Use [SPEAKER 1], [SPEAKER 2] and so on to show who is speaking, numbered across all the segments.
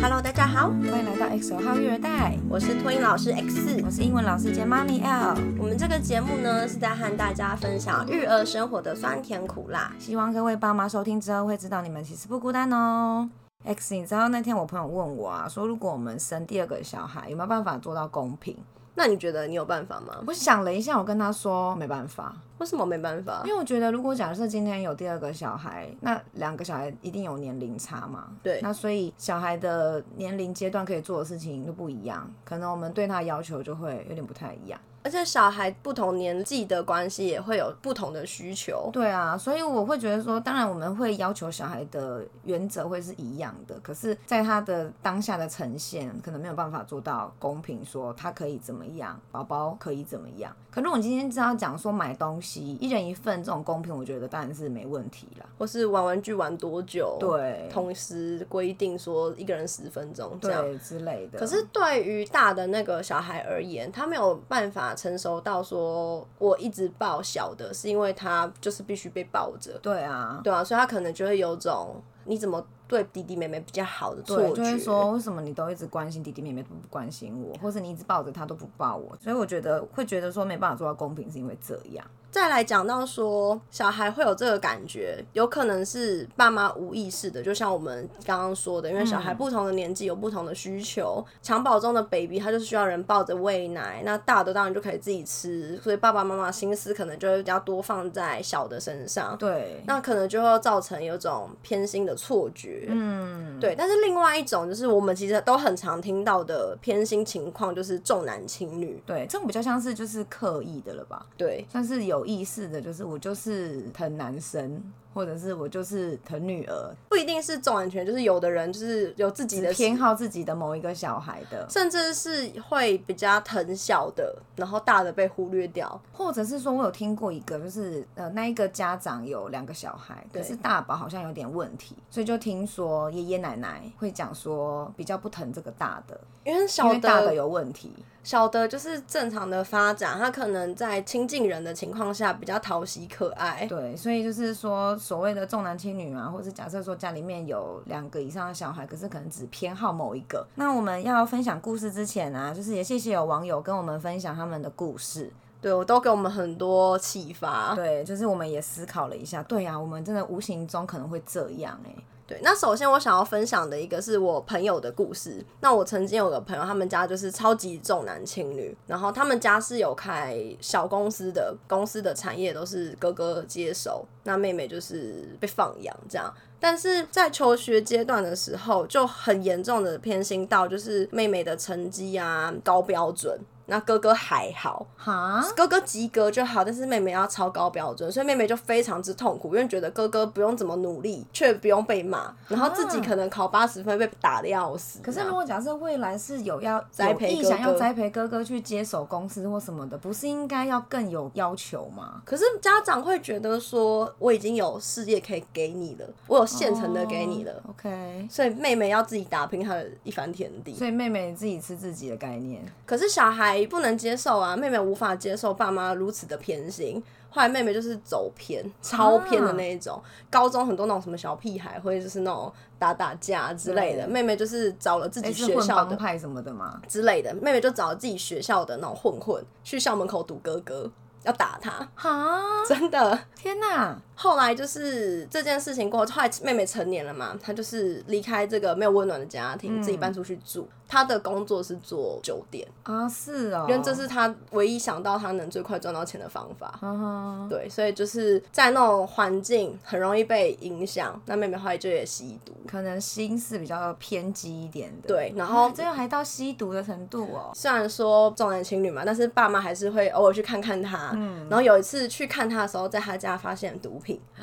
[SPEAKER 1] Hello，大家好，
[SPEAKER 2] 欢迎来到 X 号育儿袋，
[SPEAKER 1] 我是托音老师 X 四
[SPEAKER 2] 我。是英文老师兼 Money L，
[SPEAKER 1] 我们这个节目呢是在和大家分享育儿生活的酸甜苦辣。
[SPEAKER 2] 希望各位爸妈收听之后会知道你们其实不孤单哦。X，你知道那天我朋友问我啊，说如果我们生第二个小孩，有没有办法做到公平？
[SPEAKER 1] 那你觉得你有办法吗？
[SPEAKER 2] 我想了一下，我跟他说没办法，
[SPEAKER 1] 为什么没办法
[SPEAKER 2] 因？为我觉得如果假设今天有第二个小孩，那两个小孩一定有年龄差嘛。
[SPEAKER 1] 对
[SPEAKER 2] 那所以小孩的年龄阶段可以做的事情就不一样，可能我们对他要求就会有点不太一样。
[SPEAKER 1] 而且小孩不同年纪的关系也会有不同的需求。
[SPEAKER 2] 对啊，所以我会觉得说，当然我们会要求小孩的原则会是一样的，可是在他的当下的呈现，可能没有办法做到公平，说他可以怎么样，宝宝可以怎么样。可如果你今天只要讲说买东西一人一份这种公平，我觉得当然是没问题啦。
[SPEAKER 1] 或是玩玩具玩多久？，
[SPEAKER 2] 对，
[SPEAKER 1] 同时规定说一个人十分钟这样。
[SPEAKER 2] 对之类的。
[SPEAKER 1] 可是对于大的那个小孩而言，他没有办法成熟到说我一直抱小的，是因为他就是必须被抱着，
[SPEAKER 2] 对啊，
[SPEAKER 1] 对啊，所以他可能就会有种你怎么对弟弟妹妹比较好的错
[SPEAKER 2] 对，
[SPEAKER 1] 觉，
[SPEAKER 2] 就会说为什么你都一直关心弟弟妹妹都不关心我，或者你一直抱着他都不抱我，所以我觉得会觉得说没办法做到公平，是因为这样。
[SPEAKER 1] 再来讲到说，小孩会有这个感觉，有可能是爸妈无意识的，就像我们刚刚说的，因为小
[SPEAKER 2] 嗯
[SPEAKER 1] 孩不同的年纪有不同的需求。襁褓中的 baby 他就是需要人抱着喂奶，那大的当然就可以自己吃，所以爸爸妈妈心思可能就会比较多放在小的身上。
[SPEAKER 2] 对，
[SPEAKER 1] 那可能就会造成有种偏心的错觉，
[SPEAKER 2] 嗯，
[SPEAKER 1] 对。但是另外一种就是我们其实都很常听到的偏心情况，就是重男轻女，
[SPEAKER 2] 对，这种比较像是就是刻意的了吧，
[SPEAKER 1] 对，
[SPEAKER 2] 算是有意识的，就是我就是疼男生，或者是我就是疼女儿，
[SPEAKER 1] 不一定是重男轻女，就是有的人就是有自己的
[SPEAKER 2] 偏好自己的某一个小孩的，
[SPEAKER 1] 甚至是会比较疼小的，然后大的被忽略掉。
[SPEAKER 2] 或者是说我有听过一个，就是呃那一个家长有两个小孩，
[SPEAKER 1] 对
[SPEAKER 2] 可是大宝好像有点问题，所以就听说爷爷奶奶会讲说比较不疼这个大的，
[SPEAKER 1] 因为
[SPEAKER 2] 因
[SPEAKER 1] 小
[SPEAKER 2] 为大的
[SPEAKER 1] 的
[SPEAKER 2] 有问题，
[SPEAKER 1] 小的就是正常的发展，他可能在亲近人的情况下比较讨喜可爱。
[SPEAKER 2] 对，所以就是说所谓的重男轻女啊，或是假设说家里面有两个以上的小孩，可是可能只偏好某一个。那我们要分享故事之前啊，就是也谢谢有网友跟我们分享他们的故事，
[SPEAKER 1] 对我都给我们很多启发。
[SPEAKER 2] 对，就是我们也思考了一下，对啊，我们真的无形中可能会这样哎、
[SPEAKER 1] 对，那首先我想要分享的一个是我朋友的故事。那我曾经有个朋友，他们家就是超级重男轻女，然后他们家是有开小公司的，公司的产业都是哥哥接手，那妹妹就是被放养这样。但是在求学阶段的时候，就很严重的偏心到就是妹妹的成绩啊高标准，那哥哥还好，
[SPEAKER 2] 哈，
[SPEAKER 1] 哥哥及格就好，但是妹妹要超高标准，所以妹妹就非常之痛苦，因为觉得哥哥不用怎么努力，却不用被骂，然后自己可能考八十分被打的要死。
[SPEAKER 2] 啊可是
[SPEAKER 1] 这
[SPEAKER 2] 如
[SPEAKER 1] 样
[SPEAKER 2] 果假设未来是有要
[SPEAKER 1] 啊栽
[SPEAKER 2] 有
[SPEAKER 1] 培
[SPEAKER 2] 意
[SPEAKER 1] 哥
[SPEAKER 2] 想要
[SPEAKER 1] 哥
[SPEAKER 2] 栽培哥哥去接手公司或什么的，不是应该要更有要求吗？
[SPEAKER 1] 可是家长会觉得说，我已经有事业可以给你了，我有现成的给你了，
[SPEAKER 2] 哦，OK。
[SPEAKER 1] 所以妹妹要自己打拼她的一番天地。
[SPEAKER 2] 所以妹妹自己吃自己的概念，
[SPEAKER 1] 可是小孩不能接受啊，妹妹无法接受爸妈如此的偏心。后来妹妹就是走偏，超偏的那一种。高中很多那种什么小屁孩，或者就是那种打打架之类的。
[SPEAKER 2] 对
[SPEAKER 1] 妹妹就是找了自己
[SPEAKER 2] 类似
[SPEAKER 1] 学
[SPEAKER 2] 混
[SPEAKER 1] 校
[SPEAKER 2] 帮
[SPEAKER 1] 的
[SPEAKER 2] 派什么的嘛。
[SPEAKER 1] 之类的，妹妹就找了自己学校的那种混混去校门口堵哥哥，要打
[SPEAKER 2] 啊
[SPEAKER 1] 他，
[SPEAKER 2] 哈，
[SPEAKER 1] 真的。
[SPEAKER 2] 天哪！
[SPEAKER 1] 后来就是这件事情过后，后来妹妹成年了嘛，她就是离开这个没有温暖的家庭，
[SPEAKER 2] 嗯
[SPEAKER 1] 自己搬出去住。她的工作是做酒店。
[SPEAKER 2] 啊，是哦，
[SPEAKER 1] 因为这是他唯一想到他能最快赚到钱的方法。
[SPEAKER 2] 嗯哼，
[SPEAKER 1] 对，所以就是在那种环境很容易被影响。那妹妹后来就也吸毒，
[SPEAKER 2] 可能心思比较偏激一点的。
[SPEAKER 1] 对，然
[SPEAKER 2] 啊，
[SPEAKER 1] 后
[SPEAKER 2] 这个还到吸毒的程度哦。
[SPEAKER 1] 虽然说重男轻女嘛，但是爸妈还是会偶尔去看看她。
[SPEAKER 2] 嗯
[SPEAKER 1] 然后有一次去看她的时候，在她家发现毒品，
[SPEAKER 2] 嗯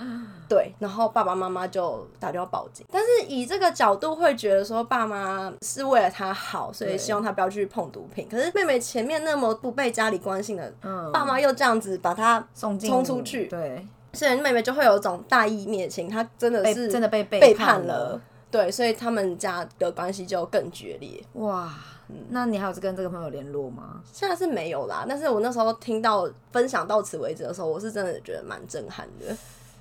[SPEAKER 1] 对，然后爸爸妈妈就打电话报警。但是以这个角度会觉得说，爸妈是为了她好，所以
[SPEAKER 2] 对
[SPEAKER 1] 希望她不要去碰毒品。可是妹妹前面那么不被家里关心的，
[SPEAKER 2] 嗯，
[SPEAKER 1] 爸妈又这样子把她
[SPEAKER 2] 送进
[SPEAKER 1] 冲出去
[SPEAKER 2] 对，
[SPEAKER 1] 所以妹妹就会有一种大义灭亲，她真的
[SPEAKER 2] 被
[SPEAKER 1] 是
[SPEAKER 2] 真的被
[SPEAKER 1] 背
[SPEAKER 2] 叛
[SPEAKER 1] 叛了。。对，所以他们家的关系就更决裂。
[SPEAKER 2] 哇，
[SPEAKER 1] 嗯
[SPEAKER 2] 那你还有跟这个朋友联络吗？
[SPEAKER 1] 现在是没有啦，但是我那时候听到分享到此为止的时候，我是真的觉得蛮震撼的。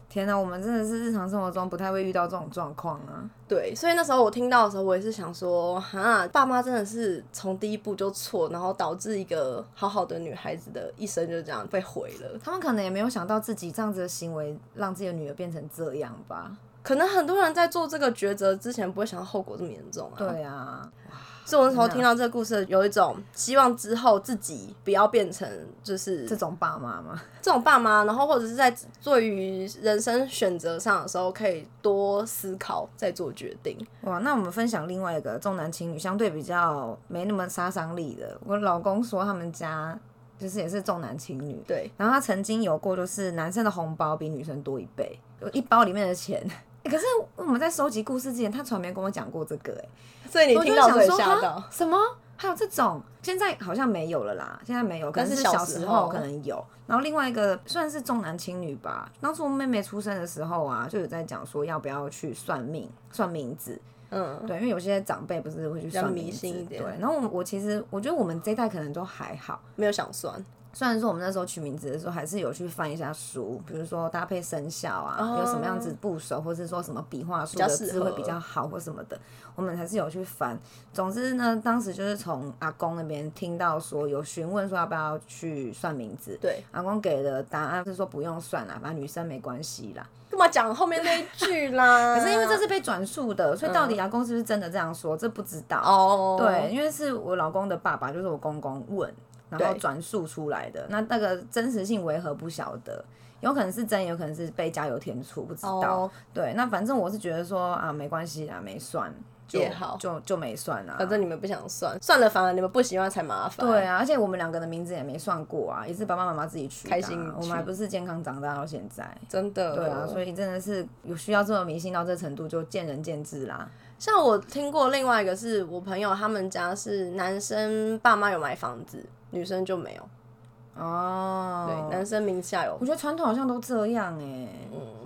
[SPEAKER 2] 天哪，我们真的是日常生活中不太会遇到这种状况啊。
[SPEAKER 1] 对，所以那时候我听到的时候，我也是想说，哈，爸妈真的是从第一步就错，然后导致一个好好的女孩子的一生就这样被毁了。
[SPEAKER 2] 他们可能也没有想到自己这样子的行为让自己的女儿变成这样吧？
[SPEAKER 1] 可能很多人在做这个抉择之前，不会想到后果这么严重啊。，
[SPEAKER 2] 对啊，
[SPEAKER 1] 所以我那时候听到这个故事，有一种希望之后自己不要变成就是
[SPEAKER 2] 这种爸妈嘛，
[SPEAKER 1] 这种爸妈，然后或者是在对于人生选择上的时候，可以多思考再做决定。
[SPEAKER 2] 哇，那我们分享另外一个重男轻女，相对比较没那么杀伤力的。我老公说他们家就是也是重男轻女，
[SPEAKER 1] 对，
[SPEAKER 2] 然后他曾经有过就是男生的红包比女生多一倍，有一包里面的钱。 欸可是我们在收集故事之前，他从来没跟我讲过这个、欸，
[SPEAKER 1] 所以你
[SPEAKER 2] 我就
[SPEAKER 1] 听到
[SPEAKER 2] 想
[SPEAKER 1] 这里
[SPEAKER 2] 说
[SPEAKER 1] 吓
[SPEAKER 2] 哈
[SPEAKER 1] 到，
[SPEAKER 2] 什么？还有这种，现在好像没有了啦，现在没有，可
[SPEAKER 1] 但
[SPEAKER 2] 能
[SPEAKER 1] 是
[SPEAKER 2] 是
[SPEAKER 1] 小
[SPEAKER 2] 小
[SPEAKER 1] 时
[SPEAKER 2] 时
[SPEAKER 1] 候
[SPEAKER 2] 候可能有。然后另外一个算是重男轻女吧，当初我妹妹出生的时候啊，就有在讲说要不要去算命，算名字。
[SPEAKER 1] 嗯，
[SPEAKER 2] 对，因为有些长辈不是会去
[SPEAKER 1] 比较
[SPEAKER 2] 算
[SPEAKER 1] 迷
[SPEAKER 2] 名字
[SPEAKER 1] 信一点
[SPEAKER 2] 对，然后我我其实我觉得我们这一代可能都还好，
[SPEAKER 1] 没有想算，
[SPEAKER 2] 虽然说我们那时候取名字的时候还是有去翻一下书，比如说搭配生肖啊，有什么样子部首，或是说什么笔画数
[SPEAKER 1] 哦较
[SPEAKER 2] 的
[SPEAKER 1] 适
[SPEAKER 2] 字会
[SPEAKER 1] 合
[SPEAKER 2] 比较好或什么的，我们还是有去翻。总之呢，当时就是从阿公那边听到说有询问说要不要去算名字，
[SPEAKER 1] 对，
[SPEAKER 2] 阿公给的答案是说不用算啦，反正女生没关系啦。
[SPEAKER 1] 干嘛讲后面那一句 啦？
[SPEAKER 2] 可是因为这是被转述的，所以到底阿公是不是真的这样说，这不知道。
[SPEAKER 1] 嗯哦，
[SPEAKER 2] 对，，因为是我老公的爸爸，就是我公公问，然后
[SPEAKER 1] 对
[SPEAKER 2] 转述出来的。那那个真实性为何不晓得？有可能是真，有可能是被加油添醋，不知道。
[SPEAKER 1] 哦
[SPEAKER 2] 对，那反正我是觉得说啊，没关系啦，没算就
[SPEAKER 1] 也好
[SPEAKER 2] 就就没算啦。
[SPEAKER 1] 反正你们不想算，算了，反而你们不喜欢才麻烦。
[SPEAKER 2] 对，啊，而且我们两个的名字也没算过啊，也是爸爸妈妈自己取的啊、
[SPEAKER 1] 开心哦
[SPEAKER 2] 我
[SPEAKER 1] 取
[SPEAKER 2] 们还不是健康长大到现在。
[SPEAKER 1] 真的，
[SPEAKER 2] 对啊，所以真的是有需要这么迷信到这程度，就见仁见智啦。
[SPEAKER 1] 像我听过另外一个是我朋友他们家是男生爸妈有买房子，女生就没有，
[SPEAKER 2] 哦，
[SPEAKER 1] 对，男生名下有
[SPEAKER 2] 我觉得传统好像都这样哎、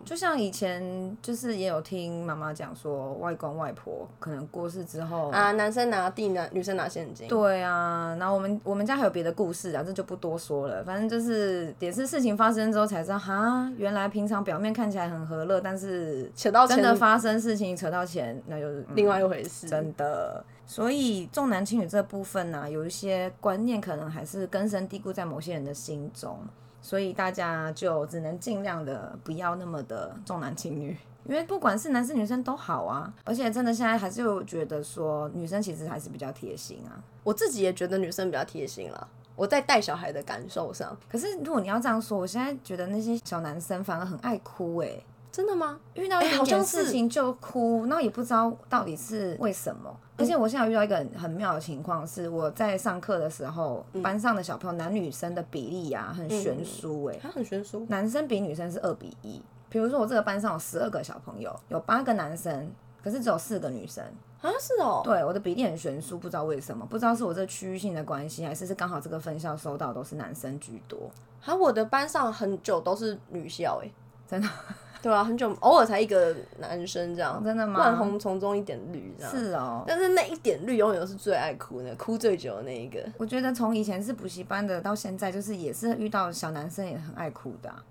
[SPEAKER 2] 就像以前就是也有听妈妈讲说，外公外婆可能过世之后，
[SPEAKER 1] 啊，男生拿地男女生拿现金，
[SPEAKER 2] 对啊，然后我们我们家还有别的故事啊，这就不多说了。反正就是也是事情发生之后才知道，哈，原来平常表面看起来很和乐，但是
[SPEAKER 1] 扯到钱
[SPEAKER 2] 真的发生事情扯到钱，那就是、嗯
[SPEAKER 1] 另外一回事，
[SPEAKER 2] 真的。所以重男轻女这部分呢、有一些观念可能还是根深蒂固在某些人的心中，所以大家就只能尽量的不要那么的重男轻女。因为不管是男生女生都好啊，而且真的现在还是有觉得说女生其实还是比较贴心啊。
[SPEAKER 1] 我自己也觉得女生比较贴心啦。我在带小孩的感受上，
[SPEAKER 2] 可是如果你要这样说，我现在觉得那些小男生反而很爱哭欸诶、
[SPEAKER 1] 真的吗？
[SPEAKER 2] 遇到
[SPEAKER 1] 哎
[SPEAKER 2] 一点
[SPEAKER 1] 好像
[SPEAKER 2] 点
[SPEAKER 1] 是
[SPEAKER 2] 事情就哭，然后也不知道到底是为什
[SPEAKER 1] 嗯
[SPEAKER 2] 么。而且我现在有遇到一个很很妙的情况，是我在上课的时候，
[SPEAKER 1] 嗯
[SPEAKER 2] 班上的小朋友男女生的比例啊很悬殊哎、
[SPEAKER 1] 他很悬殊，
[SPEAKER 2] 男生比女生是二比一。比如说我这个班上有十二个小朋友，有八个男生，可是只有四个女生。
[SPEAKER 1] 啊，是哦、
[SPEAKER 2] 对，我的比例很悬殊，不知道为什么，不知道是我这区域性的关系，还是是刚好这个分校收到都是男生居多。
[SPEAKER 1] 啊，我的班上很久都是女校、欸，
[SPEAKER 2] 真的
[SPEAKER 1] 对啊，很久偶尔才一个男生这样，
[SPEAKER 2] 真的吗
[SPEAKER 1] 万红丛中一点绿这样，
[SPEAKER 2] 是哦，
[SPEAKER 1] 但是那一点绿永远都是最爱哭的，哭最久的那一个。
[SPEAKER 2] 我觉得从以前是补习班的，到现在就是也是遇到小男生也很爱哭的啊、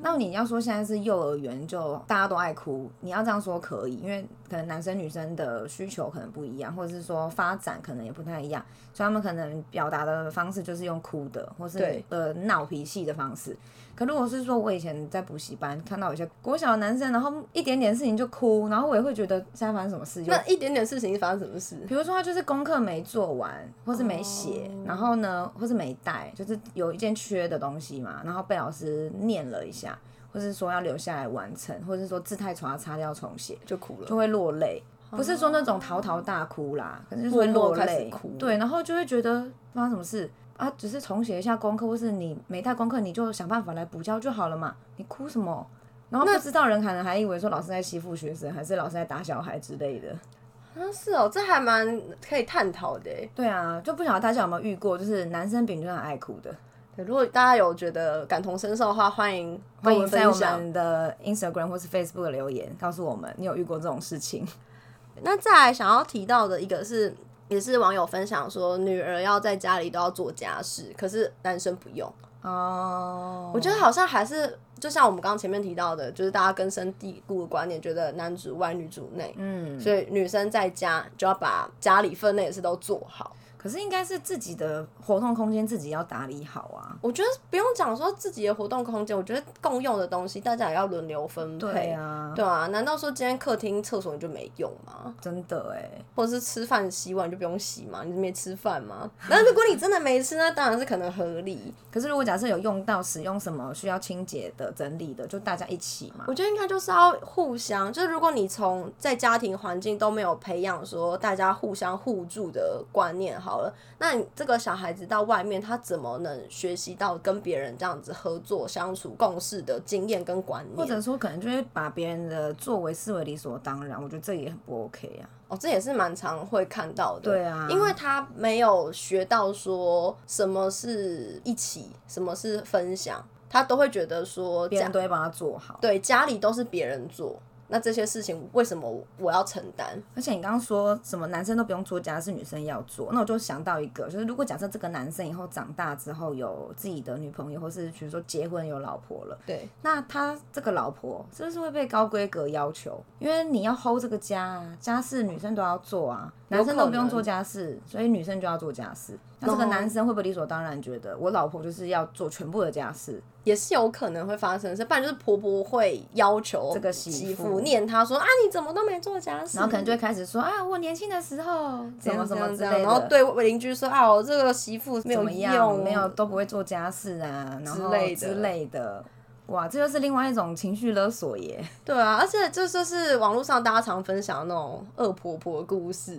[SPEAKER 2] 那你要说现在是幼儿园就大家都爱哭，你要这样说可以，因为可能男生女生的需求可能不一样，或者是说发展可能也不太一样，所以他们可能表达的方式就是用哭的，或是
[SPEAKER 1] 对
[SPEAKER 2] 呃闹脾气的方式。可如果是说我以前在补习班看到有些国小的男生，然后一点点事情就哭，然后我也会觉得现在发生什么事就
[SPEAKER 1] 那一点点事情发生什么事？
[SPEAKER 2] 比如说他就是功课没做完，或是没写
[SPEAKER 1] 哦
[SPEAKER 2] 然后呢，或是没带，就是有一件缺的东西嘛，然后被老师念了一下，或是说要留下来完成，或是说字太丑要擦掉重写，
[SPEAKER 1] 就哭了
[SPEAKER 2] 就。会落泪。不是说那种嚎啕大哭啦，可是就是会
[SPEAKER 1] 默
[SPEAKER 2] 落
[SPEAKER 1] 默哦开始
[SPEAKER 2] 泪
[SPEAKER 1] 哭，
[SPEAKER 2] 对，然后就会觉得发生什么事啊，只是重写一下功课，或是你没带功课，你就想办法来补交就好了嘛，你哭什么？然后不知道人可能还以为说老师在欺负学生，还是老师在打小孩之类的。
[SPEAKER 1] 啊，是哦，这还蛮可以探讨的欸。
[SPEAKER 2] 对啊，就不晓得大家有没有遇过，就是男生比女生还爱哭的。
[SPEAKER 1] 对，如果大家有觉得感同身受的话，欢迎
[SPEAKER 2] 欢
[SPEAKER 1] 跟我
[SPEAKER 2] 迎
[SPEAKER 1] 们
[SPEAKER 2] 在
[SPEAKER 1] 分
[SPEAKER 2] 我
[SPEAKER 1] 享。
[SPEAKER 2] 们的 Instagram 或是 Facebook 留言，告诉我们你有遇过这种事情。
[SPEAKER 1] 那再来想要提到的一个是，也是网友分享说，女儿要在家里都要做家事，可是男生不用。
[SPEAKER 2] 哦、
[SPEAKER 1] 我觉得好像还是就像我们刚刚前面提到的，就是大家根深蒂固的观念，觉得男主外女主内，
[SPEAKER 2] 嗯，
[SPEAKER 1] 所以女生在家就要把家里分内的事都做好。
[SPEAKER 2] 可是应该是自己的活动空间自己要打理好啊。
[SPEAKER 1] 我觉得不用讲说自己的活动空间，我觉得共用的东西大家也要轮流分配。
[SPEAKER 2] 对啊，
[SPEAKER 1] 对啊，难道说今天客厅、厕所你就没用吗？
[SPEAKER 2] 真的哎，
[SPEAKER 1] 或者是吃饭洗碗就不用洗吗？你没吃饭吗？那如果你真的没吃，那当然是可能合理。
[SPEAKER 2] 可是如果假设有用到使用什么需要清洁的、整理的，就大家一起嘛。
[SPEAKER 1] 我觉得应该就是要互相，就是如果你从在家庭环境都没有培养说大家互相互助的观念好了，那你这个小孩子到外面，他怎么能学习到跟别人这样子合作相处、共事的经验跟观念？
[SPEAKER 2] 或者说，可能就会把别人的作为视为理所当然，我觉得这也很不 OK 啊。
[SPEAKER 1] 哦，这也是蛮常会看到的。
[SPEAKER 2] 对啊
[SPEAKER 1] 因为他没有学到说什么是一起，什么是分享，他都会觉得说
[SPEAKER 2] 别人
[SPEAKER 1] 家
[SPEAKER 2] 都会帮他做好。
[SPEAKER 1] 对家里都是别人做，那这些事情为什么我要承担？
[SPEAKER 2] 而且你刚刚说什么男生都不用做家事，女生要做，那我就想到一个，就是如果假设这个男生以后长大之后有自己的女朋友，或是比如说结婚有老婆了，
[SPEAKER 1] 对，
[SPEAKER 2] 那他这个老婆是不是会被高规格要求？因为你要 hold 这个家啊，家事女生都要做啊，
[SPEAKER 1] 有可能哦
[SPEAKER 2] 男生都不用做家事，所以女生就要做家事。那这个
[SPEAKER 1] 然后
[SPEAKER 2] 男生会不会理所当然觉得我老婆就是要做全部的家事？
[SPEAKER 1] 也是有可能会发生的事，不然就是婆婆会要求
[SPEAKER 2] 这个媳
[SPEAKER 1] 媳
[SPEAKER 2] 妇
[SPEAKER 1] 念她说啊，你怎么都没做家事，
[SPEAKER 2] 然后可能就会开始说啊，我年轻的时候怎
[SPEAKER 1] 怎
[SPEAKER 2] 么
[SPEAKER 1] 样
[SPEAKER 2] 怎
[SPEAKER 1] 怎
[SPEAKER 2] 么
[SPEAKER 1] 样
[SPEAKER 2] 之
[SPEAKER 1] 怎样，
[SPEAKER 2] 类
[SPEAKER 1] 然
[SPEAKER 2] 的，
[SPEAKER 1] 后对我邻居说啊，我这个媳妇没
[SPEAKER 2] 怎
[SPEAKER 1] 有
[SPEAKER 2] 么样，
[SPEAKER 1] 用，
[SPEAKER 2] 没有都不会做家事啊，然后
[SPEAKER 1] 之类的
[SPEAKER 2] 之类的。哇，这就是另外一种情绪勒索耶！
[SPEAKER 1] 对啊，而且这就是网络上大家常分享的那种恶婆婆的故事。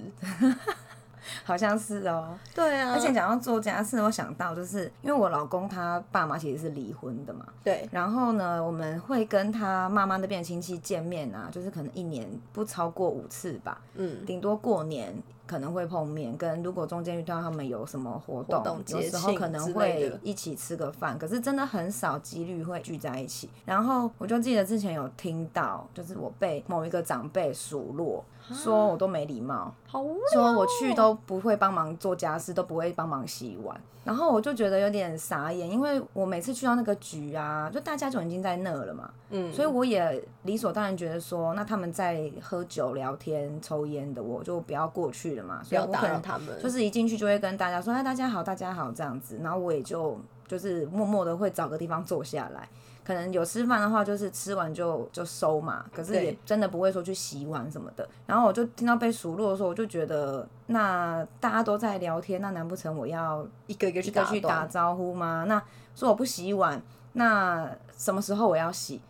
[SPEAKER 2] 好像是哦。
[SPEAKER 1] 对啊，
[SPEAKER 2] 而且讲到做家事，我想到就是因为我老公他爸妈其实是离婚的嘛，
[SPEAKER 1] 对
[SPEAKER 2] 然后呢，我们会跟他妈妈那边的亲戚见面啊，就是可能一年不超过五次吧，
[SPEAKER 1] 嗯，
[SPEAKER 2] 顶多过年可能会碰面，跟如果中间遇到他们有什么活动，
[SPEAKER 1] 活动
[SPEAKER 2] 有
[SPEAKER 1] 节
[SPEAKER 2] 时候
[SPEAKER 1] 庆
[SPEAKER 2] 可能
[SPEAKER 1] 之类
[SPEAKER 2] 会
[SPEAKER 1] 的
[SPEAKER 2] 一起吃个饭，可是真的很少几率会聚在一起。然后我就记得之前有听到，就是我被某一个长辈数落，说我都没礼貌，
[SPEAKER 1] 好无聊。
[SPEAKER 2] 说我去都不会帮忙做家事，都不会帮忙洗碗，然后我就觉得有点傻眼，因为我每次去到那个局啊，就大家就已经在那了嘛，
[SPEAKER 1] 嗯，
[SPEAKER 2] 所以我也理所当然觉得说，那他们在喝酒、聊天、抽烟的，我就不要过去了嘛，
[SPEAKER 1] 不
[SPEAKER 2] 所以
[SPEAKER 1] 要
[SPEAKER 2] 我
[SPEAKER 1] 打
[SPEAKER 2] 可
[SPEAKER 1] 扰
[SPEAKER 2] 能
[SPEAKER 1] 他们，
[SPEAKER 2] 就是一进去就会跟大家说，哎，大家好，大家好这样子，然后我也就就是默默的会找个地方坐下来。可能有吃饭的话，就是吃完就就收嘛，可是
[SPEAKER 1] 对
[SPEAKER 2] 也真的不会说去洗碗什么的。然后我就听到被数落的时候，我就觉得，那大家都在聊天，那难不成我要
[SPEAKER 1] 一个一个去
[SPEAKER 2] 一个
[SPEAKER 1] 打
[SPEAKER 2] 去打
[SPEAKER 1] 断。
[SPEAKER 2] 招呼吗？那说我不洗碗，那什么时候我要洗？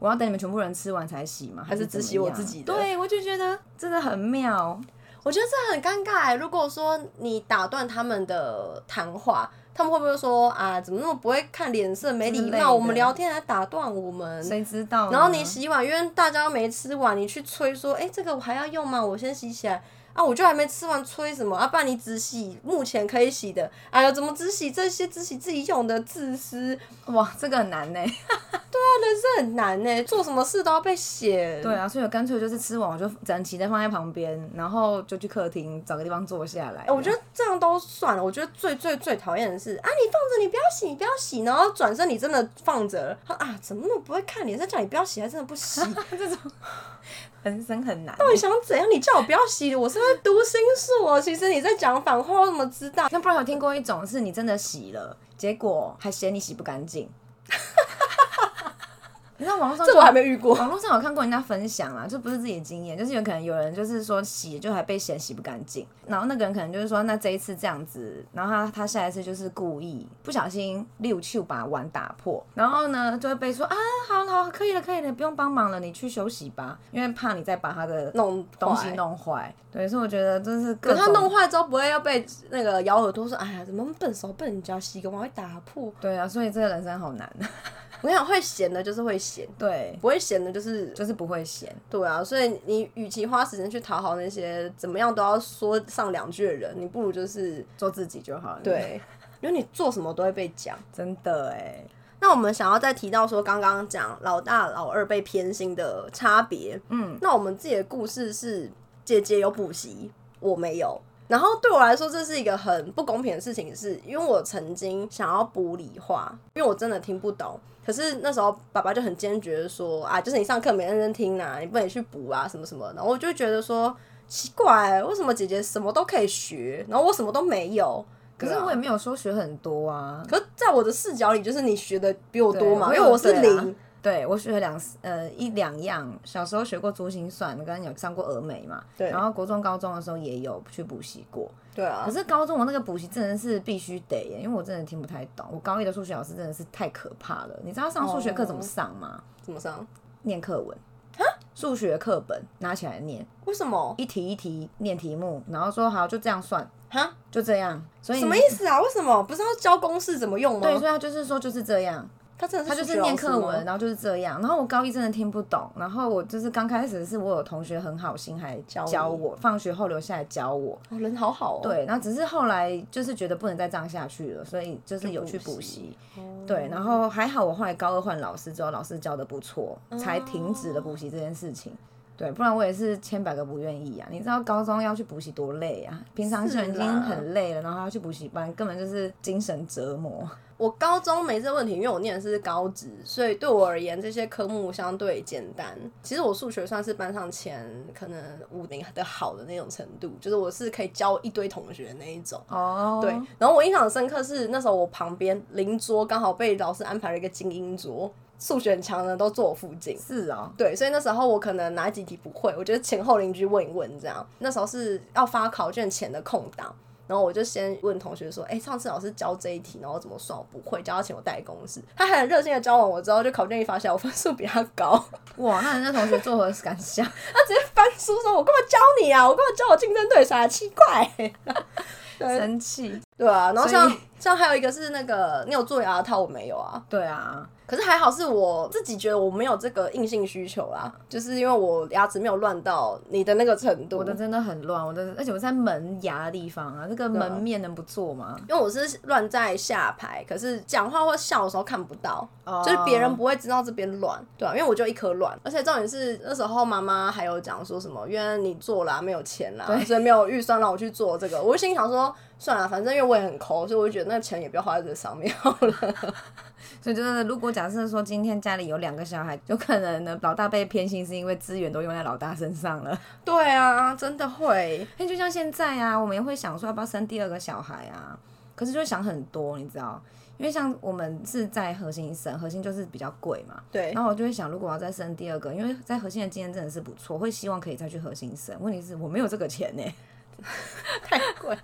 [SPEAKER 2] 我要等你们全部人吃完才洗吗？还
[SPEAKER 1] 还是
[SPEAKER 2] 怎
[SPEAKER 1] 只
[SPEAKER 2] 么
[SPEAKER 1] 洗我
[SPEAKER 2] 样
[SPEAKER 1] 自己的
[SPEAKER 2] 对，我就觉得真的很妙。
[SPEAKER 1] 我觉得这很尴尬、欸。如果说你打断他们的谈话，他们会不会说啊，怎么那么不会看脸色，没
[SPEAKER 2] 之
[SPEAKER 1] 礼
[SPEAKER 2] 类
[SPEAKER 1] 貌？
[SPEAKER 2] 的
[SPEAKER 1] 我们聊天还打断我们。
[SPEAKER 2] 谁知道呢？
[SPEAKER 1] 然后你洗碗，因为大家都没吃完，你去催说，哎、这个我还要用吗？我先洗起来啊，我就还没吃完，催什么啊？不然你只洗目前可以洗的，哎呀，怎么只洗这些只洗自己用的，自私，
[SPEAKER 2] 哇，这个很难呢、
[SPEAKER 1] 这很难呢、做什么事都要被写。
[SPEAKER 2] 对啊，所以我干脆就是吃完我就整齐的放在旁边，然后就去客厅找个地方坐下来。
[SPEAKER 1] 哎、我觉得这样都算了。我觉得最最最讨厌的是啊，你放着，你不要洗，你不要洗，然后转身你真的放着了，他啊，怎么那么不会看脸色，叫你不要洗，还真的不 洗。到
[SPEAKER 2] 人生很难欸、
[SPEAKER 1] 底想怎样？你叫我不要洗，我是在读心术哦。其实你在讲反话，我怎么知道？
[SPEAKER 2] 欸那不然有听过一种是你真的洗了，结果还嫌你洗不干净。 你知道网络上
[SPEAKER 1] 这我还没遇过。
[SPEAKER 2] 网络上有看过人家分享啦，就不是自己的经验，就是有可能有人就是说洗就还被嫌洗不干净，然后那个人可能就是说那这一次这样子，然后他他下一次就是故意不小心溜去把碗打破，然后呢就会被说啊好了好了可以了可以了，不用帮忙了，你去休息吧，因为怕你再把他的
[SPEAKER 1] 弄
[SPEAKER 2] 东西
[SPEAKER 1] 坏，
[SPEAKER 2] 弄坏。对，所以我觉得真是各
[SPEAKER 1] 可
[SPEAKER 2] 种
[SPEAKER 1] 他弄坏之后不会要被那个咬耳朵说，哎呀，怎么那么笨手笨脚，洗个碗会打破。
[SPEAKER 2] 对啊，所以这个人生好难。
[SPEAKER 1] 我想会咸的就是会咸，
[SPEAKER 2] 对，
[SPEAKER 1] 不会咸的就是
[SPEAKER 2] 就是不会嫌。
[SPEAKER 1] 对啊，所以你与其花时间去讨好那些怎么样都要说上两句的人，你不如就是
[SPEAKER 2] 做自己就好了。，
[SPEAKER 1] 对， 因为你做什么都会被讲。
[SPEAKER 2] 真的哎，
[SPEAKER 1] 那我们想要再提到说，刚刚讲老大老二被偏心的差别，
[SPEAKER 2] 嗯，
[SPEAKER 1] 那我们自己的故事是姐姐有补习，我没有。然后对我来说，这是一个很不公平的事情是，因为我曾经想要补理化，因为我真的听不懂。可是那时候爸爸就很坚决地说啊，就是你上课没认真听啊，你不能去补啊，什么什么的。然后我就会觉得说奇怪，为什么姐姐什么都可以学，然后我什么都没有？
[SPEAKER 2] 可是
[SPEAKER 1] 对啊
[SPEAKER 2] 我也没有说学很多啊。
[SPEAKER 1] 可是在我的视角里，就是你学的比我多嘛，
[SPEAKER 2] 对
[SPEAKER 1] 因为我是
[SPEAKER 2] 对啊
[SPEAKER 1] 零。
[SPEAKER 2] 对我学了两呃一两样，小时候学过珠心算，刚刚有上过峨眉嘛，
[SPEAKER 1] 对
[SPEAKER 2] 然后国中高中的时候也有去补习过，
[SPEAKER 1] 对啊
[SPEAKER 2] 可，是高中我那个补习真的是必须得耶，因为我真的听不太懂。我高一的数学老师真的是太可怕了，你知道上数学课
[SPEAKER 1] 哦
[SPEAKER 2] 怎么上吗？
[SPEAKER 1] 怎么上？
[SPEAKER 2] 念课文。数学课本拿起来念，
[SPEAKER 1] 为什么？
[SPEAKER 2] 一题一题念题目，然后说好就这样算，
[SPEAKER 1] 哈？
[SPEAKER 2] 就这样。所以
[SPEAKER 1] 什么意思啊？为什么不是要教公式怎么用吗？
[SPEAKER 2] 对，所以他就是说就是这样，
[SPEAKER 1] 他真的是
[SPEAKER 2] 他就
[SPEAKER 1] 数
[SPEAKER 2] 是
[SPEAKER 1] 学
[SPEAKER 2] 念
[SPEAKER 1] 老师
[SPEAKER 2] 课
[SPEAKER 1] 吗
[SPEAKER 2] 文，然啊后就是这样。然后我高一真的听不懂，然后我就是刚开始是我有同学很好心还
[SPEAKER 1] 教
[SPEAKER 2] 教
[SPEAKER 1] 你
[SPEAKER 2] 我，放学后留下来教我，
[SPEAKER 1] 哦，人好好哦。，
[SPEAKER 2] 对，然后只是后来就是觉得不能再这样下去了，所以就是有去
[SPEAKER 1] 补
[SPEAKER 2] 补
[SPEAKER 1] 习哦
[SPEAKER 2] 习。对，然后还好我后来高二换老师之后，老师教的不错，才停止了补习这件事情。对，不然我也是千百个不愿意啊！你知道高中要去补习多累啊，平常
[SPEAKER 1] 是
[SPEAKER 2] 就已经
[SPEAKER 1] 啦
[SPEAKER 2] 很累了，然后还要去补习班，根本就是精神折磨。
[SPEAKER 1] 我高中没这问题，因为我念的是高职，所以对我而言这些科目相对简单。其实我数学算是班上前可能五名的好的那种程度，就是我是可以教一堆同学那一种。
[SPEAKER 2] 哦，
[SPEAKER 1] 对，然后我印象很深刻是那时候我旁边邻桌刚好被老师安排了一个精英桌，数学很强的都坐我附近。
[SPEAKER 2] 是哦，
[SPEAKER 1] 对，所以那时候我可能哪几题不会，我觉得前后邻居问一问这样。那时候是要发考卷前的空档，然后我就先问同学说：“哎、上次老师教这一题，然后怎么算？我不会，叫他请我代公式。”他还很热心的教完我之后，就考卷一发下来，我分数比他高。
[SPEAKER 2] 哇，那人家同学作何感想？
[SPEAKER 1] 他直接翻书说：“我干嘛教你啊？我干嘛教我竞争对手啊？奇怪、 对
[SPEAKER 2] 生气。
[SPEAKER 1] 对啊，然后
[SPEAKER 2] 所以
[SPEAKER 1] 像像还有一个是那个，你有做牙套，我没有啊。
[SPEAKER 2] 对啊，
[SPEAKER 1] 可是还好是我自己觉得我没有这个硬性需求啦，就是因为我牙齿没有乱到你的那个程度。
[SPEAKER 2] 我的真的很乱，我的而且我在门牙的地方啊，这个
[SPEAKER 1] 对啊
[SPEAKER 2] 门面能不做吗？
[SPEAKER 1] 因为我是乱在下排，可是讲话或笑的时候看不到
[SPEAKER 2] 哦
[SPEAKER 1] 就是别人不会知道这边乱，对啊，因为我就一颗卵，而且重点是那时候妈妈还有讲说什么，因为你做啦、没有钱啦，所以没有预算让我去做这个，我就心里想说，算了，反正因为我也很抠，所以我就觉得那钱也不要花在这上面好了。
[SPEAKER 2] 所以就是，如果假设说今天家里有两个小孩，有可能呢，老大被偏心是因为资源都用在老大身上了。
[SPEAKER 1] 对啊，真的会，
[SPEAKER 2] 那就像现在啊，我们也会想说要不要生第二个小孩啊，可是就会想很多，你知道。因为像我们是在核心生，核心就是比较贵嘛，
[SPEAKER 1] 对
[SPEAKER 2] 然，后我就会想，如果我要再生第二个，因为在核心的经验真的是不错，会希望可以再去核心生。问题是我没有这个钱呢、
[SPEAKER 1] 太贵，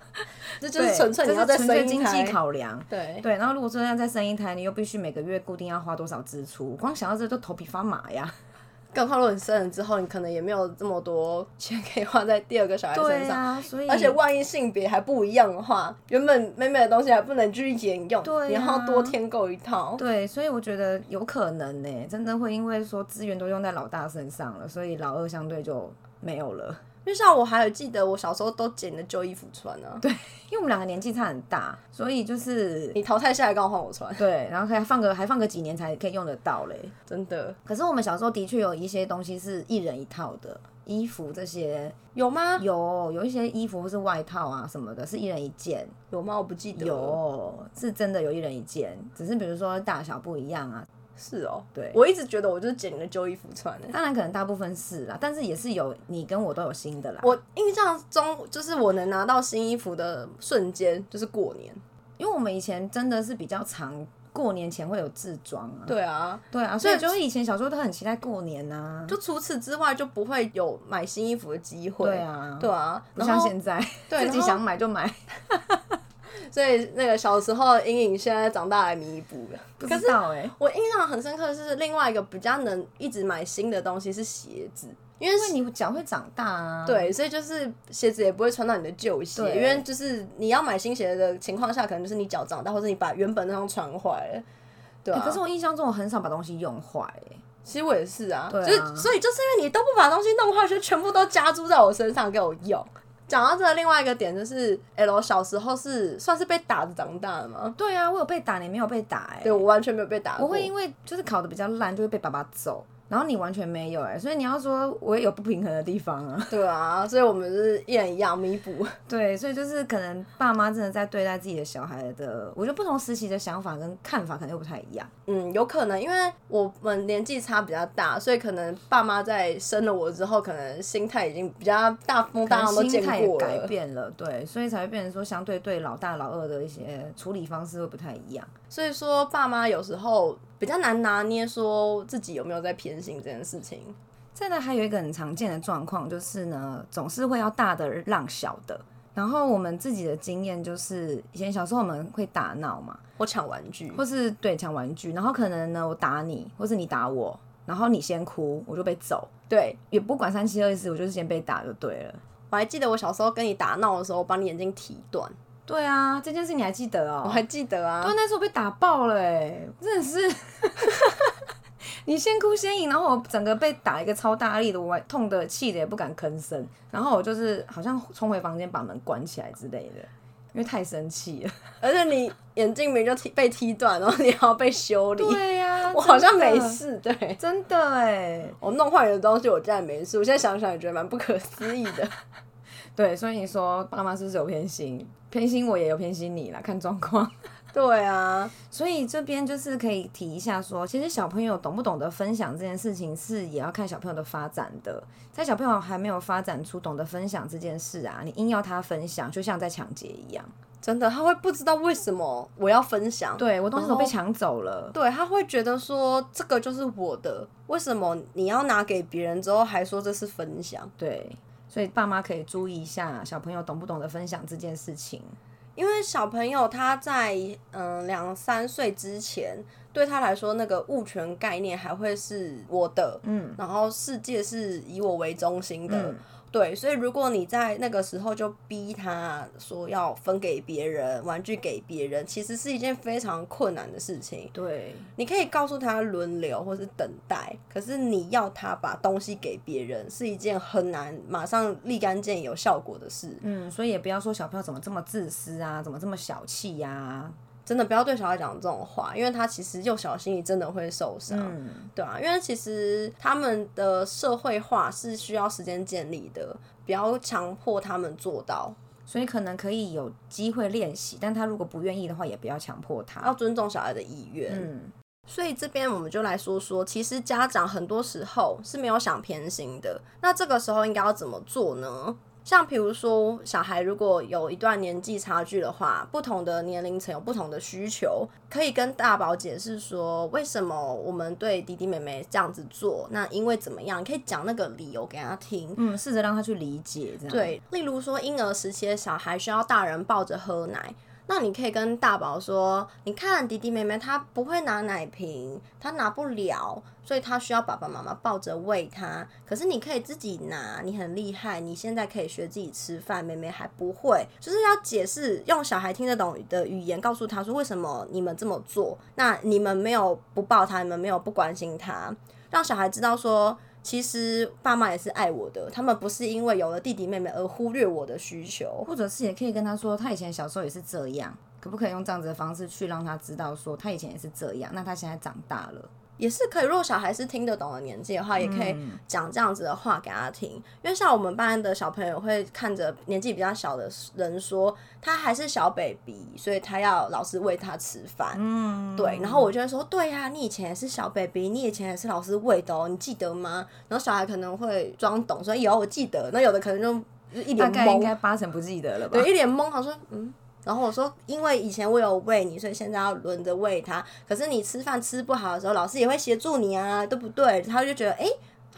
[SPEAKER 1] 这就
[SPEAKER 2] 对，
[SPEAKER 1] 是纯粹你
[SPEAKER 2] 这
[SPEAKER 1] 要再
[SPEAKER 2] 纯
[SPEAKER 1] 生
[SPEAKER 2] 粹
[SPEAKER 1] 一
[SPEAKER 2] 经济
[SPEAKER 1] 胎，
[SPEAKER 2] 考量。
[SPEAKER 1] 对，
[SPEAKER 2] 对，然后如果说要再生一胎，你又必须每个月固定要花多少支出，光想到这就头皮发麻呀。
[SPEAKER 1] 更何况如果你生了之后，你可能也没有这么多钱可以花 在第二个小孩身上。
[SPEAKER 2] 啊，所以
[SPEAKER 1] 而且万一性别还不一样的话，原本美美的东西还不能继续沿用，
[SPEAKER 2] 对啊
[SPEAKER 1] 你还要多添购一套。
[SPEAKER 2] 对，所以我觉得有可能呢、真的会因为说资源都用在老大身上了，所以老二相对就没有了。
[SPEAKER 1] 就像我还有记得，我小时候都捡的旧衣服穿啊，对
[SPEAKER 2] 因为我们两个年纪差很大，所 以就是
[SPEAKER 1] 你淘汰下来刚好换我穿，
[SPEAKER 2] 对，然后还放个还放个几年才可以用得到嘞。
[SPEAKER 1] 真的
[SPEAKER 2] 可是我们小时候的确有一些东西是一人一套的，衣服这些
[SPEAKER 1] 有吗？
[SPEAKER 2] 有有一些衣服或是外套啊什么的，是一人一件。
[SPEAKER 1] 有吗？我不记得。，
[SPEAKER 2] 有是真的有一人一件，只是比如说大小不一样啊。
[SPEAKER 1] 是哦，
[SPEAKER 2] 对
[SPEAKER 1] 我一直觉得我就是捡的旧衣服穿、欸。
[SPEAKER 2] 当然可能大部分是啦，但是也是有你跟我都有新的啦。
[SPEAKER 1] 我印象中，就是我能拿到新衣服的瞬间，就是过年。
[SPEAKER 2] 因为我们以前真的是比较常过年前会有自装啊。
[SPEAKER 1] 对啊，
[SPEAKER 2] 对啊，所以
[SPEAKER 1] 对
[SPEAKER 2] 就是以前小时候都很期待过年呐、啊。
[SPEAKER 1] 就除此之外，就不会有买新衣服的机会。
[SPEAKER 2] 对，啊，
[SPEAKER 1] 对啊，
[SPEAKER 2] 不
[SPEAKER 1] 然
[SPEAKER 2] 像
[SPEAKER 1] 后
[SPEAKER 2] 现在
[SPEAKER 1] 对
[SPEAKER 2] 自己
[SPEAKER 1] 然后
[SPEAKER 2] 想买就买。
[SPEAKER 1] 所以那个小时候的阴影，现在长大来弥补了。
[SPEAKER 2] 不
[SPEAKER 1] 可
[SPEAKER 2] 知
[SPEAKER 1] 是
[SPEAKER 2] 道哎、
[SPEAKER 1] 我印象很深刻的是另外一个比较能一直买新的东西是鞋子，因为
[SPEAKER 2] 因为你脚会长大啊。。
[SPEAKER 1] 对，所以就是鞋子也不会穿到你的旧鞋，
[SPEAKER 2] 对
[SPEAKER 1] 因为就是你要买新鞋的情况下，可能就是你脚长大，或者你把原本那双穿坏了。对啊、
[SPEAKER 2] 欸可是我印象中我很少把东西用坏、欸，
[SPEAKER 1] 其实我也是啊，
[SPEAKER 2] 对啊
[SPEAKER 1] 就是所以就是因为你都不把东西弄坏，就全部都加注在我身上给我用。讲到这个另外一个点就是，L 小时候是算是被打着长大的嘛，
[SPEAKER 2] 对啊，我有被打，你没有被打哎、
[SPEAKER 1] 对我完全没有被打过。
[SPEAKER 2] 我会因为就是考的比较烂，就会被爸爸揍。然后你完全没有哎、所以你要说我也有不平衡的地方 啊。
[SPEAKER 1] 对啊，所以我们就是一人一样弥补。
[SPEAKER 2] 对，所以就是可能爸妈真的在对待自己的小孩的，我觉得不同时期的想法跟看法可能又不太一样。
[SPEAKER 1] 嗯，有可能，因为我们年纪差比较大，所以可能爸妈在生了我之后，可能心态已经比较大风大浪
[SPEAKER 2] 可
[SPEAKER 1] 都
[SPEAKER 2] 能心
[SPEAKER 1] 见
[SPEAKER 2] 态也
[SPEAKER 1] 过
[SPEAKER 2] 改
[SPEAKER 1] 了。
[SPEAKER 2] 变了，对，所以才会变成说，相对对老大老二的一些处理方式会不太一样。
[SPEAKER 1] 所以说，爸妈有时候比较难拿捏，说自己有没有在偏心这件事情。
[SPEAKER 2] 再来还有一个很常见的状况就是呢，总是会要大的让小的。然后我们自己的经验就是，以前小时候我们会打闹嘛，
[SPEAKER 1] 或抢玩具，
[SPEAKER 2] 或是对抢玩具，然后可能呢我打你，或是你打我，然后你先哭，我就被揍，
[SPEAKER 1] 对
[SPEAKER 2] 也不管三七二十一，我就是先被打就对了。
[SPEAKER 1] 我还记得我小时候跟你打闹的时候，把你眼睛踢断，
[SPEAKER 2] 对啊，这件事你还记得哦？
[SPEAKER 1] 我还记得啊
[SPEAKER 2] 对，。那时候被打爆了、欸，真的是。 你先哭先赢，然后我整个被打一个超大力的，我痛的气的也不敢吭声，然后我就是好像冲回房间把门关起来之类的，因为太生气了。
[SPEAKER 1] 而且你眼睛没就踢被踢断，然后你还要被修理。
[SPEAKER 2] 对呀、
[SPEAKER 1] 我好像
[SPEAKER 2] 真的
[SPEAKER 1] 没，事，对
[SPEAKER 2] 真的哎、
[SPEAKER 1] 我弄坏你的东西，我竟然没事。我现在想想也觉得蛮不可思议的。
[SPEAKER 2] 对，欸所以你说爸妈是不是有偏心？偏心我也有偏心你啦，看状况。
[SPEAKER 1] 对啊，
[SPEAKER 2] 所以这边就是可以提一下说，其实小朋友懂不懂得分享这件事情，是也要看小朋友的发展的。在小朋友还没有发展出懂得分享这件事啊，你硬要他分享，就像在抢劫一样。
[SPEAKER 1] 真的，他会不知道为什么我要分享。
[SPEAKER 2] 对我东西
[SPEAKER 1] 然
[SPEAKER 2] 都
[SPEAKER 1] 后
[SPEAKER 2] 被抢走了，
[SPEAKER 1] 对，他会觉得说这个就是我的，为什么你要拿给别人之后还说这是分享？
[SPEAKER 2] 对，所以爸妈可以注意一下小朋友懂不懂得分享这件事情。
[SPEAKER 1] 因为小朋友他在嗯两三岁之前，对他来说那个物权概念还会是我的，
[SPEAKER 2] 嗯，
[SPEAKER 1] 然后世界是以我为中心的，
[SPEAKER 2] 嗯
[SPEAKER 1] 对，所以如果你在那个时候就逼他说要分给别人，玩具给别人，其实是一件非常困难的事情。
[SPEAKER 2] 对，
[SPEAKER 1] 你可以告诉他轮流或是等待，可是你要他把东西给别人，是一件很难马上立竿见影有效果的事。
[SPEAKER 2] 嗯，所以也不要说小朋友怎么这么自私啊，怎么这么小气呀、
[SPEAKER 1] 真的不要对小孩讲这种话，因为他其实幼小心理真的会受伤，
[SPEAKER 2] 嗯，
[SPEAKER 1] 对啊，因为其实他们的社会化是需要时间建立的，不要强迫他们做到，
[SPEAKER 2] 所以可能可以有机会练习，但他如果不愿意的话，也不要强迫他。
[SPEAKER 1] 要尊重小孩的意愿。
[SPEAKER 2] 嗯。
[SPEAKER 1] 所以这边我们就来说说，其实家长很多时候是没有想偏心的。那这个时候应该要怎么做呢？像比如说，小孩如果有一段年纪差距的话，不同的年龄层有不同的需求，可以跟大宝解释说，为什么我们对弟弟妹妹这样子做，那因为怎么样，你可以讲那个理由给他听。
[SPEAKER 2] 嗯，试着让他去理解这样。，
[SPEAKER 1] 对，例如说婴儿时期的小孩需要大人抱着喝奶，那你可以跟大宝说，你看弟弟妹妹他不会拿奶瓶，他拿不了，所以他需要爸爸妈妈抱着喂他。可是你可以自己拿，你很厉害，你现在可以学自己吃饭，妹妹还不会，就是要解释用小孩听得懂的语言告诉他说为什么你们这么做，那你们没有不抱他，你们没有不关心他，让小孩知道说。其实爸妈也是爱我的，他们不是因为有了弟弟妹妹而忽略我的需求。
[SPEAKER 2] 或者是也可以跟他说，他以前小时候也是这样，可不可以用这样子的方式去让他知道说，他以前也是这样，那他现在长大了。
[SPEAKER 1] 也是可以，如果小孩是听得懂的年纪的话，也可以
[SPEAKER 2] 嗯
[SPEAKER 1] 讲这样子的话给他听。因为像我们班的小朋友会看着年纪比较小的人说，他还是小 baby，所以他要老师喂他吃饭。
[SPEAKER 2] 嗯，
[SPEAKER 1] 对，然后我就会说，对呀、你以前也是小 baby，你以前也是老师喂的哦，你记得吗？然后小孩可能会装懂，说有我记得。那有的可能就就一
[SPEAKER 2] 大
[SPEAKER 1] 脸
[SPEAKER 2] 概应
[SPEAKER 1] 懵，
[SPEAKER 2] 该八成不记得了吧？
[SPEAKER 1] 对，一脸懵，他说嗯。然后我说，因为以前我有喂你，所以现在要轮着喂他。可是你吃饭吃不好的时候，老师也会协助你啊，对不对？他就觉得，哎，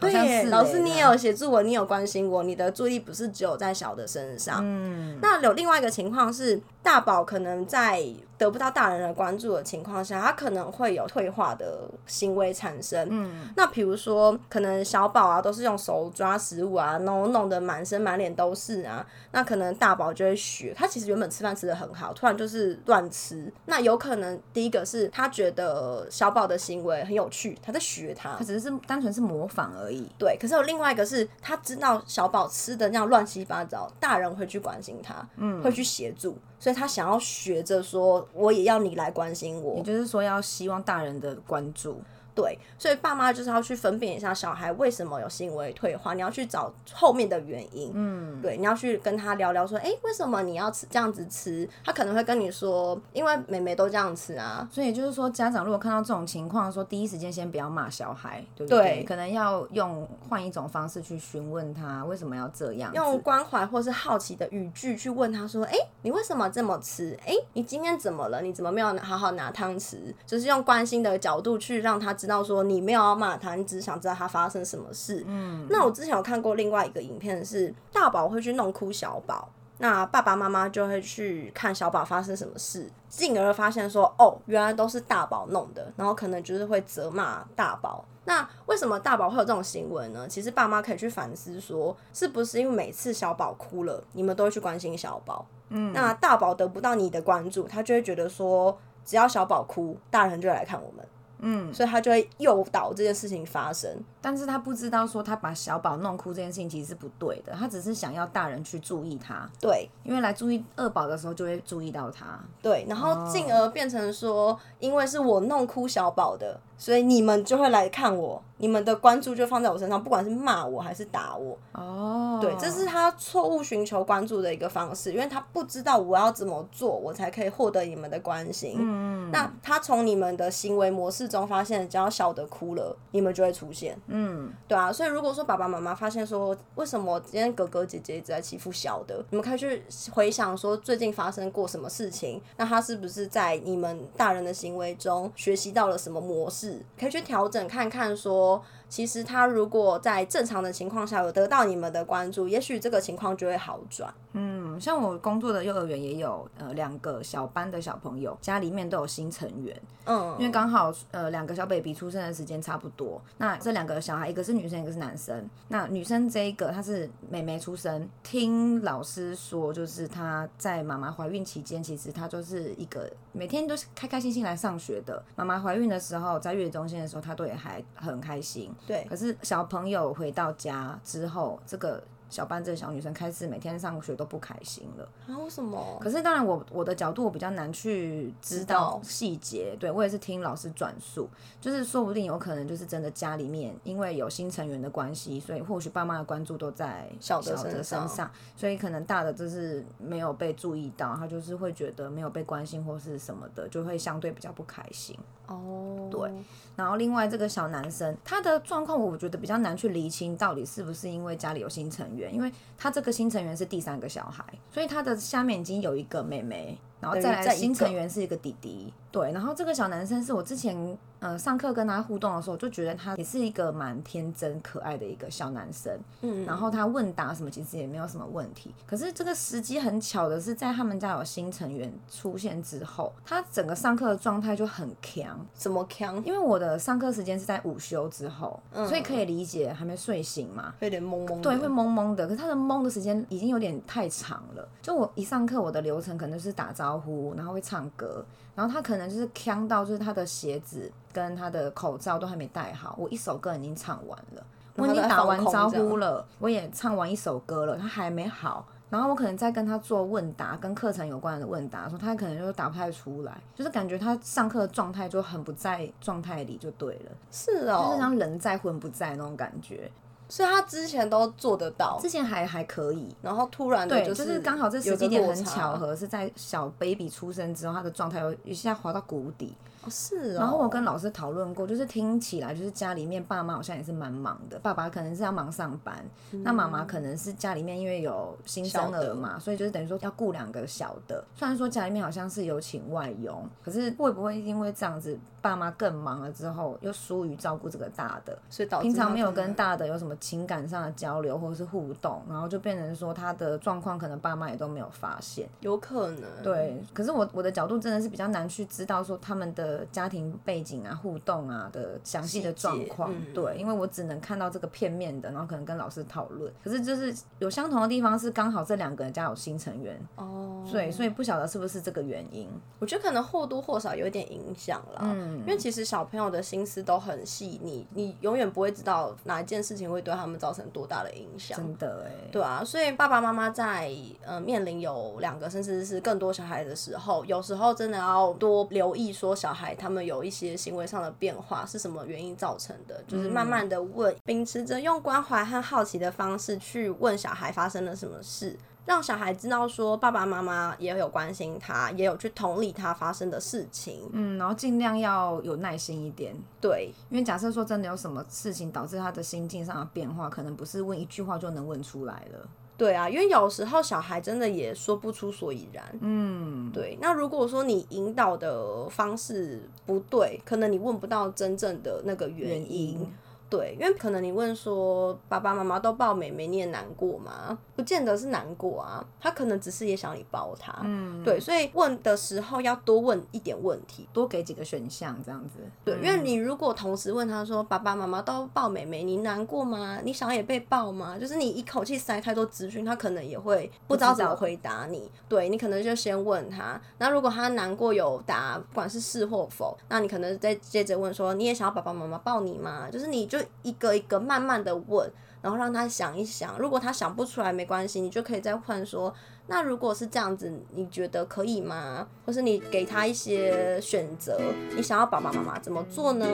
[SPEAKER 2] 好
[SPEAKER 1] 对
[SPEAKER 2] 像
[SPEAKER 1] 耶，
[SPEAKER 2] 是
[SPEAKER 1] 老
[SPEAKER 2] 耶
[SPEAKER 1] 师你
[SPEAKER 2] 这
[SPEAKER 1] 也
[SPEAKER 2] 样
[SPEAKER 1] 有协助我，你有关心我，你的注意不是只有在小的身上。
[SPEAKER 2] 嗯，
[SPEAKER 1] 那有另外一个情况是，大宝可能在得不到大人的关注的情况下，他可能会有退化的行为产生。嗯，那比如说，可能小宝啊都是用手抓食物啊，然后弄得满身满脸都是啊，那可能大宝就会学，他其实原本吃饭吃的很好，突然就是乱吃。那有可能第一个是他觉得小宝的行为很有趣，他在学他
[SPEAKER 2] 他。只是单纯是模仿而已。
[SPEAKER 1] 对，可是有另外一个是，他知道小宝吃的那样乱七八糟，大人会去关心他，嗯，会去协助，所以他想要学着说，我也要你来关心
[SPEAKER 2] 也
[SPEAKER 1] 我。
[SPEAKER 2] 就是说，要希望大人的关注。
[SPEAKER 1] 对，所以爸妈就是要去分辨一下小孩为什么有行为退化，你要去找后面的原因。嗯，对，你要去跟他聊聊说，哎、为什么你要吃这样子吃？他可能会跟你说，因为妹妹都这样吃啊。
[SPEAKER 2] 所以就是说，家长如果看到这种情况，说第一时间先不要骂小孩，对不
[SPEAKER 1] 对
[SPEAKER 2] 可能要用换一种方式去询问他为什么要这样子。
[SPEAKER 1] 用关怀或是好奇的语句去问他说：“哎、你为什么这么吃？哎、你今天怎么了？你怎么没有好好拿汤匙？”就是用关心的角度去让他知道说你没有要骂他，你只是想知道他发生什么事。嗯，那我之前有看过另外一个影片是大宝会去弄哭小宝。那爸爸妈妈就会去看小宝发生什么事，进而发现说，哦，原来都是大宝弄的，然后可能就是会责骂大宝。那为什么大宝会有这种行为呢？其实爸妈可以去反思说，是不是因为每次小宝哭了，你们都会去关心小宝，嗯，那大宝得不到你的关注，他就会觉得说，只要小宝哭，大人就会来看我们，嗯，所以他就会诱导这件事情发生。
[SPEAKER 2] 但是他不知道说他把小宝弄哭这件事情其实是不对的，他只是想要大人去注意他，
[SPEAKER 1] 对，
[SPEAKER 2] 因为来注意二宝的时候就会注意到他。
[SPEAKER 1] 对，然后进而变成说，因为是我弄哭小宝的，所以你们就会来看我，你们的关注就放在我身上，不管是骂我还是打我，
[SPEAKER 2] 哦，
[SPEAKER 1] 对，这是他错误寻求关注的一个方式，因为他不知道我要怎么做，我才可以获得你们的关心。嗯，那他从你们的行为模式中发现，只要小的哭了，你们就会出现。
[SPEAKER 2] 嗯，
[SPEAKER 1] 对啊，所以如果说爸爸妈妈发现说，为什么今天哥哥姐姐一直在欺负小的，你们可以去回想说最近发生过什么事情，那他是不是在你们大人的行为中学习到了什么模式，可以去调整看看说，其实他如果在正常的情况下有得到你们的关注，也许这个情况就会好转。
[SPEAKER 2] 嗯，像我工作的幼儿园也有呃两个小班的小朋友，家里面都有新成员，
[SPEAKER 1] 嗯，
[SPEAKER 2] 因为刚好呃两个小 baby 出生的时间差不多，那这两个小孩一个是女生，一个是男生。那女生这一个她是妹妹出生，听老师说就是她在妈妈怀孕期间，其实她就是一个每天都是开开心心来上学的。妈妈怀孕的时候，在月子中心的时候，她都也还很开心。
[SPEAKER 1] 对
[SPEAKER 2] 可是小朋友回到家之后，这个小班这个小女生开始每天上学都不开心了。
[SPEAKER 1] 啊，为什么？
[SPEAKER 2] 可是当然我，我的角度我比较难去知
[SPEAKER 1] 知
[SPEAKER 2] 道
[SPEAKER 1] 道
[SPEAKER 2] 细节，对我也是听老师转述，就是说不定有可能就是真的家里面因为有新成员的关系，所以或许爸妈的关注都在
[SPEAKER 1] 小的
[SPEAKER 2] 的
[SPEAKER 1] 身上
[SPEAKER 2] 上，所以可能大的就是没有被注意到，他就是会觉得没有被关心或是什么的，就会相对比较不开心。
[SPEAKER 1] 哦，
[SPEAKER 2] 对，然后另外这个小男生，他的状况我觉得比较难去厘清，到底是不是因为家里有新成员，因为他这个新成员是第三个小孩，所以他的下面已经有一个妹妹，然后再
[SPEAKER 1] 等于再
[SPEAKER 2] 来
[SPEAKER 1] 一个
[SPEAKER 2] 新成员是一个弟弟，对，然后这个小男生是我之前呃上课跟他互动的时候，就觉得他也是一个蛮天真可爱的一个小男生，
[SPEAKER 1] 嗯，
[SPEAKER 2] 然后他问答什么其实也没有什么问题。可是这个时机很巧的是，在他们家有新成员出现之后，他整个上课的状态就很强，
[SPEAKER 1] 怎么强？
[SPEAKER 2] 因为我的上课时间是在午休之后，
[SPEAKER 1] 嗯
[SPEAKER 2] 所以可以理解还没睡醒嘛。
[SPEAKER 1] 有点懵懵的，
[SPEAKER 2] 对，会懵懵的，可是他的懵的时间已经有点太长了。就我一上课，我的流程可能就是打招呼，然后会唱歌，然后他可能就是呛到，就是他的鞋子跟他的口罩都还没戴好，我一首歌已经唱完了，
[SPEAKER 1] 然
[SPEAKER 2] 我
[SPEAKER 1] 后
[SPEAKER 2] 已经
[SPEAKER 1] 他在
[SPEAKER 2] 打完
[SPEAKER 1] 放空
[SPEAKER 2] 招
[SPEAKER 1] 这样
[SPEAKER 2] 呼了，我也唱完一首歌了，他还没好。然后我可能在跟他做问答，跟课程有关的问答的时候，他可能就答不太出来，就是感觉他上课的状态就很不在状态里，就对了，
[SPEAKER 1] 是
[SPEAKER 2] 就是
[SPEAKER 1] 哦，
[SPEAKER 2] 像人在魂不在那种感觉。
[SPEAKER 1] 所以他之前都做得到
[SPEAKER 2] 之，前还还可以，
[SPEAKER 1] 然后突然的
[SPEAKER 2] 对，就是是刚好这
[SPEAKER 1] 有
[SPEAKER 2] 时
[SPEAKER 1] 个
[SPEAKER 2] 机点
[SPEAKER 1] 落
[SPEAKER 2] 很
[SPEAKER 1] 差
[SPEAKER 2] 巧合，是在小 baby 出生之后，他的状态又一下滑到谷底。
[SPEAKER 1] 哦是哦，
[SPEAKER 2] 然后我跟老师讨论过，就是听起来就是家里面爸妈好像也是蛮忙的，爸爸可能是要忙上班，那妈妈可能是家里面因为有新生
[SPEAKER 1] 嗯小的
[SPEAKER 2] 儿嘛，所以就是等于说要雇两个小的。虽然说家里面好像是有请外佣，可是会不会因为这样子，爸妈更忙了之后，又疏于照顾这个大的？
[SPEAKER 1] 所以导致
[SPEAKER 2] 平常
[SPEAKER 1] 他
[SPEAKER 2] 没有
[SPEAKER 1] 可能
[SPEAKER 2] 跟大的有什么情感上的交流或者是互动，然后就变成说他的状况可能爸妈也都没有发现。
[SPEAKER 1] 有可能，
[SPEAKER 2] 对，可是我我的角度真的是比较难去知道说他们的家庭背景啊、互动啊的详细的状况
[SPEAKER 1] 细节。嗯
[SPEAKER 2] 对，因为我只能看到这个片面的，然后可能跟老师讨论。可是就是有相同的地方是刚好这两个人家有新成员，
[SPEAKER 1] 哦，
[SPEAKER 2] 对，所以不晓得是不是这个原因。
[SPEAKER 1] 我觉得可能或多或少有一点影响
[SPEAKER 2] 嗯
[SPEAKER 1] 啦，因为其实小朋友的心思都很细腻，你永远不会知道哪一件事情会对他们造成多大的影响。
[SPEAKER 2] 真的哎、
[SPEAKER 1] 对啊，所以爸爸妈妈在呃面临有两个甚至是更多小孩的时候，有时候真的要多留意说小孩他们有一些行为上的变化是什么原因造成的，就是慢慢的问，秉持着用关怀和好奇的方式去问小孩发生了什么事。让小孩知道说爸爸妈妈也有关心他，也有去同理他发生的事情。
[SPEAKER 2] 嗯，然后尽量要有耐心一点，
[SPEAKER 1] 对，
[SPEAKER 2] 因为假设说真的有什么事情导致他的心境上的变化，可能不是问一句话就能问出来了。
[SPEAKER 1] 对啊，因为有时候小孩真的也说不出所以然。
[SPEAKER 2] 嗯，
[SPEAKER 1] 对，那如果说你引导的方式不对，可能你问不到真正的那个原因。
[SPEAKER 2] 原因
[SPEAKER 1] 对，因为可能你问说爸爸妈妈都抱妹妹，你也难过吗？不见得是难过啊，他可能只是也想你抱他。嗯，对，所以问的时候要多问一点问题。
[SPEAKER 2] 多给几个选项这样子。
[SPEAKER 1] 对，因为你如果同时问他说爸爸妈妈都抱妹妹，你难过吗？你想也被抱吗？就是你一口气塞太多资讯，他可能也会不知道怎么回答你。对你可能就先问他，那如果他难过有答，不管是是或否，那你可能再接着问说你也想要爸爸妈妈抱你吗？就是你就一个一个慢慢的问。然后让他想一想，如果他想不出来没关系，你就可以再换说，那如果是这样子，你觉得可以吗？或是你给他一些选择，你想要爸爸妈妈怎么做呢？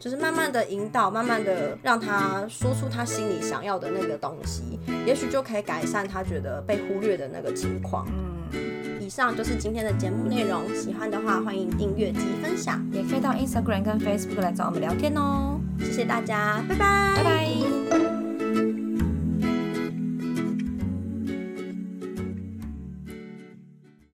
[SPEAKER 1] 就是慢慢的引导，慢慢的让他说出他心里想要的那个东西，也许就可以改善他觉得被忽略的那个情况。
[SPEAKER 2] 嗯，
[SPEAKER 1] 以上就是今天的节目内容，喜欢的话欢迎订阅及分享，
[SPEAKER 2] 也可以到 Instagram 跟 Facebook 来找我们聊天哦。
[SPEAKER 1] 谢谢大家，拜
[SPEAKER 2] 拜拜。